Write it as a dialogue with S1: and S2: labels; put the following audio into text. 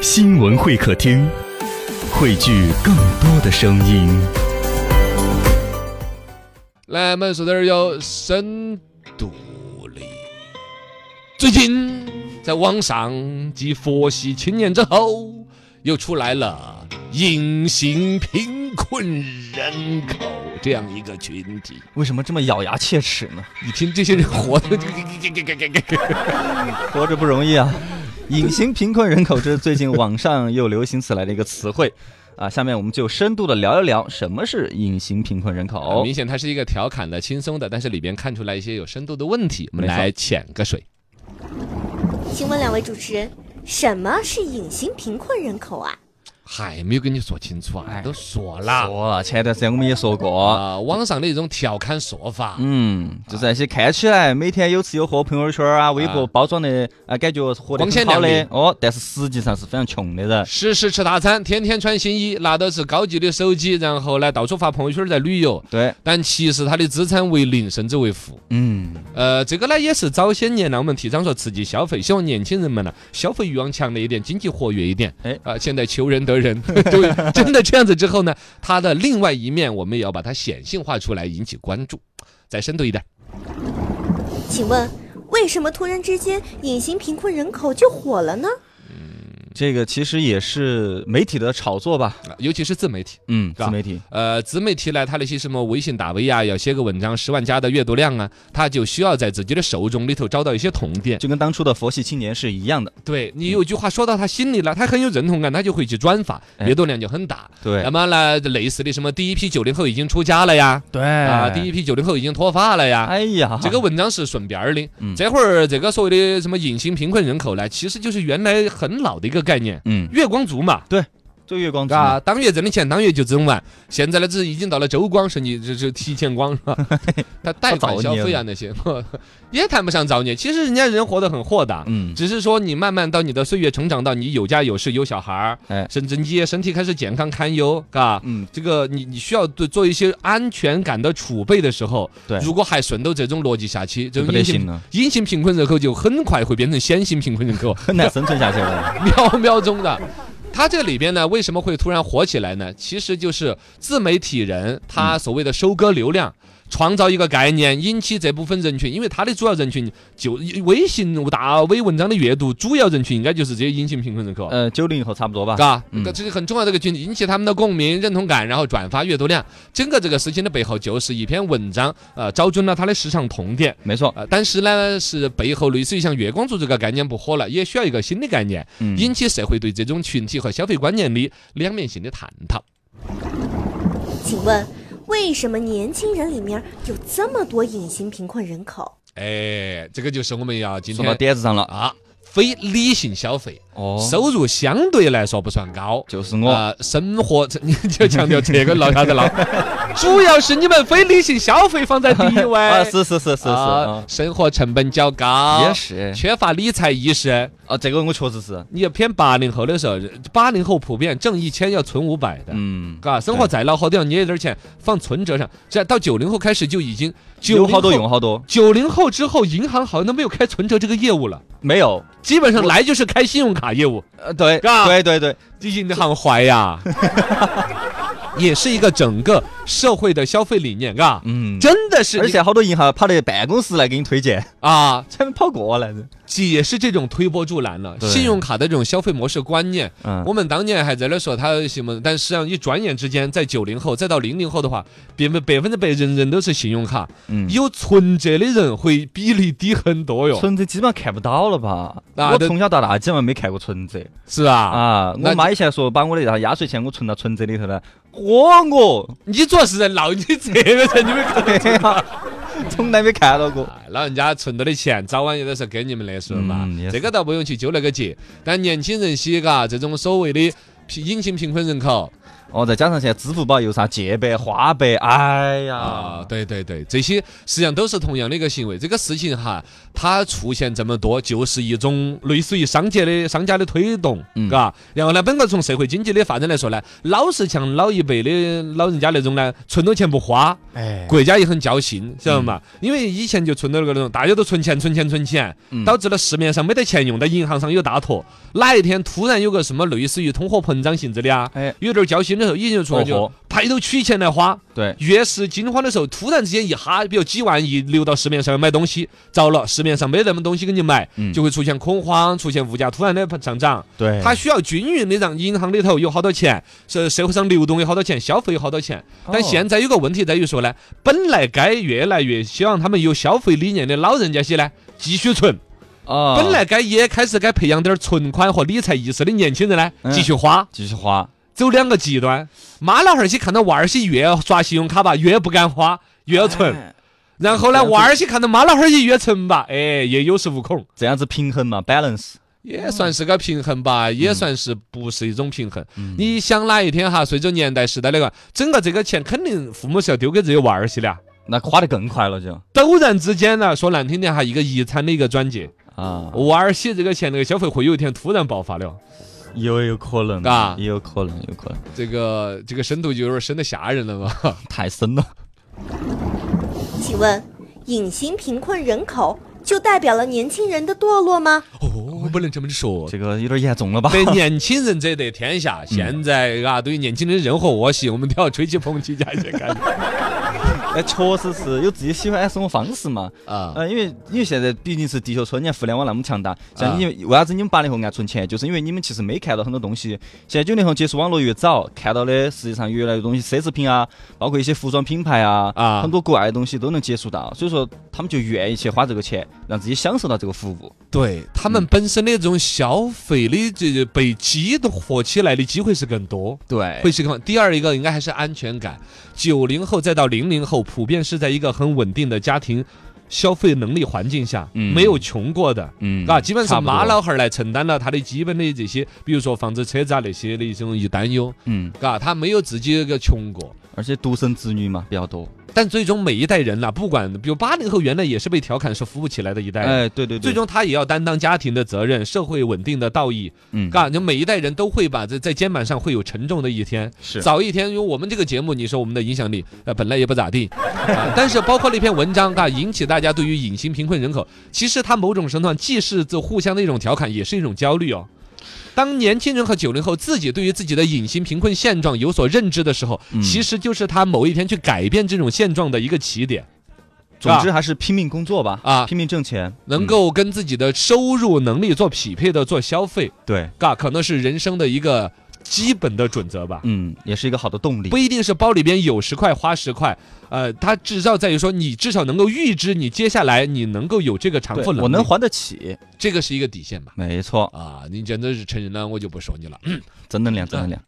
S1: 新闻会客厅，汇聚更多的声音。
S2: 来，我们说点儿有深度的。最近在网上继佛系青年之后，又出来了隐形贫困人口这样一个群体。
S3: 为什么这么咬牙切齿呢？
S2: 你听这些人活的，
S3: 活着不容易啊！隐形贫困人口，这是最近网上又流行起来的一个词汇啊。下面我们就深度的聊一聊什么是隐形贫困人口
S2: 明。显它是一个调侃的、轻松的，但是里边看出来一些有深度的问题。我们
S3: 没错
S2: 来潜个水。
S4: 请问两位主持人，什么是隐形贫困人口啊？
S2: 还没有跟你说清楚啊，
S3: 哎
S2: 都说了
S3: 说了，前段时间我们也说过，
S2: 啊，网上的一种调侃说法。
S3: 嗯，就是那些看起来每天有吃有喝，朋友圈啊、微博
S2: 啊
S3: 包装的啊，感觉活得
S2: 光鲜
S3: 很好
S2: 亮丽
S3: 的哦，但是实际上是非常穷的人。
S2: 时时吃大餐，天天穿新衣，拿的是高级的手机，然后呢到处发朋友圈在旅游，
S3: 对，
S2: 但其实他的资产为零甚至为负。
S3: 嗯，
S2: 呃，这个呢也是早些年呢我们提倡说刺激消费，希望年轻人们呢消费欲望强烈一点，经济活跃一点。哎
S3: 哎
S2: 啊、现在求人得人，对，真的这样子之后呢，他的另外一面我们也要把它显性化出来，引起关注，再深度一点。
S4: 请问为什么突然之间隐形贫困人口就火了呢？
S3: 这个其实也是媒体的炒作吧，
S2: 呃尤其是自媒体。
S3: 嗯，
S2: 是吧
S3: 自媒体，
S2: 呃，自媒体呢，它那些什么微信大 V 啊，要写个文章十万加的阅读量啊，它就需要在自己的受众里头找到一些痛点。
S3: 就跟当初的佛系青年是一样的。
S2: 对你有句话说到他心里了，他很有认同感，他就会去转发，
S3: 哎
S2: 阅读量就很大。
S3: 对
S2: 那么呢，类似的什么第一批九零后已经出家了呀，
S3: 对
S2: 啊，第一批九零后已经脱发了呀。
S3: 哎呀，
S2: 这个文章是顺便儿的，
S3: 嗯
S2: 这会儿这个所谓的什么隐形贫困人口呢，其实就是原来很老的一个概念，
S3: 嗯，
S2: 月光族嘛，
S3: 这月光族
S2: 啊，当月挣的钱当月就整完。现在呢，这已经到了周光，甚至这这提前光是吧？ 他贷款消费啊那些， 也谈不上造孽。其实人家人活得很豁达，
S3: 嗯，
S2: 只是说你慢慢到你的岁月成长到你有家有室有小孩儿，
S3: 哎
S2: 甚至你也身体开始健康堪忧，嘎。
S3: 嗯，
S2: 这个你你需要对做一些安全感的储备的时候，
S3: 对
S2: 如果还顺着这种逻辑下去，这
S3: 不
S2: 种
S3: 得
S2: 隐
S3: 行
S2: 形
S3: 呢，
S2: 隐形贫困人口就很快会变成显性贫困人口，
S3: 很难生存下去 了。
S2: 秒秒钟的。它这里边呢，为什么会突然火起来呢？其实就是自媒体人他
S3: 嗯
S2: 所谓的收割流量，创造一个概念，引起这部分人群，因为他的主要人群就微信大 V 文章的阅读，主要人群应该就是这些隐形贫困人口。
S3: 呃，九零后差不多吧。
S2: 嘎，
S3: 嗯
S2: 这是很重要的一个群体，引起他们的共鸣、认同感，然后转发阅读量。整个这个事情的背后，就是一篇文章，呃，找准了它的市场痛点，
S3: 没错，
S2: 呃，但是呢，是背后类似于像月光族这个概念不火了，也需要一个新的概念，
S3: 嗯
S2: 引起社会对这种群体和消费观念的两面性的探讨。
S4: 请问为什么年轻人里面有这么多隐形贫困人口？
S2: 哎，这个就是我们要今
S3: 说到
S2: 天
S3: 点子上了。
S2: 啊，非理性消费，
S3: 哦
S2: 收入相对来说不算高。
S3: 就是我，
S2: 呃生活 这你就强调这个闹啥子闹？ 主要是你们非理性消费放在第一 位，
S3: 啊，是是是是是，
S2: 啊
S3: 啊
S2: 生活成本较高，
S3: 也是
S2: 缺乏理财意识。
S3: 啊，这个我确实是，
S2: 你要偏八零后的时候，八零后普遍挣一千要存五百的。
S3: 嗯，
S2: 嘎，生活再恼火都要捏一点钱放存折上。这到九零后开始就已经
S3: 有好多。
S2: 90后
S3: 用好多，
S2: 九零后之后，银行好像都没有开存折这个业务了，
S3: 没有，
S2: 基本上来就是开信用卡业务。
S3: 呃，对，
S2: 嘎
S3: 对对对，
S2: 这银行坏 呀，也是一个整个社会的消费理念，嘎，
S3: 嗯，
S2: 真的是
S3: 而
S2: 你
S3: 且好多银行跑到办公室来给你推荐，
S2: 啊，
S3: 才能跑过来的，
S2: 也是这种推波助澜了。
S3: 对
S2: 信用卡的这种消费模式观念，
S3: 嗯
S2: 我，们当年还在那说它什么，但实际上一转眼之间，在九零后再到零零后的话，百分百分之百人人都是信用卡，
S3: 嗯
S2: 有存折的人会比例低很多哟，
S3: 存折基本上看不到了吧？
S2: 啊
S3: 我
S2: 对
S3: 从小到大基本上没看过存折
S2: 是吧？
S3: 啊。
S2: 那
S3: 我妈以前说把我的那压岁钱我存到存折里头来，我我
S2: 你主要是在闹你这个
S3: 哎
S2: 人，你们看。
S3: 对呀， 从来没看到过。
S2: 哎老人家存到的钱，早晚也都是给你们的，是嘛？
S3: 嗯也是
S2: 这个倒不用去纠那个结。但年轻人些，嘎，这种所谓的贫隐形贫困人口，
S3: 哦，再加上现在支付宝又啥借呗、花呗，哎
S2: 啊
S3: 呀，，
S2: 对对对，这些实际上都是同样的一个行为。这个事情哈，它出现这么多，就是一种类似于商界的商家的推动，
S3: 嗯
S2: 嘎、然后呢，本个从社会经济的发展来说呢，老是像老一辈的老人家那种呢，存到钱不花，
S3: 哎，
S2: 国家也很矫情，晓得嘛？因为以前就存到那个那种，大家都存钱、存钱、存钱，
S3: 嗯
S2: 导致了市面上没得钱用，在银行上有大坨。哪一天突然有个什么类似于通货膨胀性质的啊，
S3: 哎
S2: 有点交心的时候，已经出来
S3: 哦
S2: 就
S3: 豁
S2: 抬头取钱来花。
S3: 对，
S2: 越是惊慌的时候，突然之间一哈，比如几万亿流到市面上买东西，糟了，市面上没那么东西给你买，
S3: 嗯
S2: 就会出现恐慌，出现物价突然的上涨。
S3: 对
S2: 它需要均匀的让银行里头有好多钱，社社会上流动有好多钱，消费有好多钱。但
S3: 哦
S2: 现在有个问题在于说呢，本来该越来越希望他们有消费理念的老人家些呢，继续存；
S3: 啊，
S2: 本来该也开始该培养点儿存款和理财意识的年轻人呢，
S3: 嗯
S2: 继续花。
S3: 继续花，
S2: 走两个极端，妈老汉儿些看到娃儿些越要刷信用卡吧，越不敢花，越要存；
S3: 哎
S2: 然后呢，娃儿些看到妈老汉儿些越存吧，哎，也有恃无恐，
S3: 这样子平衡嘛，balance，
S2: 也算是个平衡吧，也算是不是一种平衡。你想哪一天哈，随着年代时代那个，整个这个钱肯定父母是要丢给自己娃儿些的啊。
S3: 那花得更快了就
S2: 陡然之间呢，说难听点哈，一个遗产的一个转借，
S3: 啊，
S2: 娃儿些这个钱那个消费会有一天突然爆发了，
S3: 有有可能，
S2: 嘎
S3: 也有可能，有可能，
S2: 这个这个深度就有点深得吓人了嘛。
S3: 太深了，
S4: 请问，隐形贫困人口就代表了年轻人的堕落吗？
S2: 哦，不能这么说，
S3: 这个有点严重 了吧？
S2: 得年轻人者得天
S3: 嗯
S2: 下。现在啊，对于年轻人任何恶习，我们都要吹起捧起家去 干
S3: 哎，确实是有自己喜欢哎的生活方式嘛。
S2: 啊。
S3: 呃，因为因为现在毕竟是地球村，你看互联网那么强大，
S2: 啊
S3: 像你们为啥子你们八零后爱存钱，就是因为你们其实没看到很多东西。现在九零后接触网络越早，看到的实际上越来越多东西，奢侈品啊，包括一些服装品牌啊，
S2: 啊
S3: 很多国外的东西都能接触到，所以说他们就愿意去花这个钱，让自己享受到这个服务。
S2: 对他们本身的这种消费的这这被激活起来的机会是更多，
S3: 对
S2: 会是更。第二一个应该还是安全感。九零后再到零零后，普遍是在一个很稳定的家庭消费能力环境下，
S3: 嗯
S2: 没有穷过的。
S3: 嗯
S2: 啊，基本
S3: 差
S2: 上
S3: 不多
S2: 妈老汉儿来承担了他的基本的这些，比如说房子、车子啊那些的一种一担忧，
S3: 嗯，
S2: 嘎，他没有自己一个穷过。
S3: 而且独生子女嘛比较多。
S2: 但最终每一代人呐、不管比如八零后原来也是被调侃是扶不起来的一代人。
S3: 哎，对对对，
S2: 最终，他也要担当家庭的责任、社会稳定的道义，
S3: 嗯
S2: 嘎，就每一代人都会把这在肩膀上会有沉重的一天。
S3: 是
S2: 早一天，因为我们这个节目，你说我们的影响力，呃，本来也不咋地，啊， 但是包括那篇文章，嘎，引起大家对于隐形贫困人口，其实它某种程度上既是这互相的一种调侃，也是一种焦虑哦。当年轻人和九零后自己对于自己的隐形贫困现状有所认知的时候，
S3: 嗯
S2: 其实就是他某一天去改变这种现状的一个起点。
S3: 总之还是拼命工作吧，
S2: 啊
S3: 拼命挣钱，
S2: 能够跟自己的收入能力做匹配的做消费，
S3: 嗯对，
S2: 嘎，可能是人生的一个基本的准则吧。
S3: 嗯，也是一个好的动力
S2: 不。一定是包里边有十块花十块，呃，它至少在于说你至少能够预知你接下来你能够有这个偿
S3: 对
S2: 付能力，
S3: 我能还得起，
S2: 这个是一个底线吧。
S3: 没错，
S2: 啊，你真的是成人了，我就不说你了。
S3: 正能量，正能量。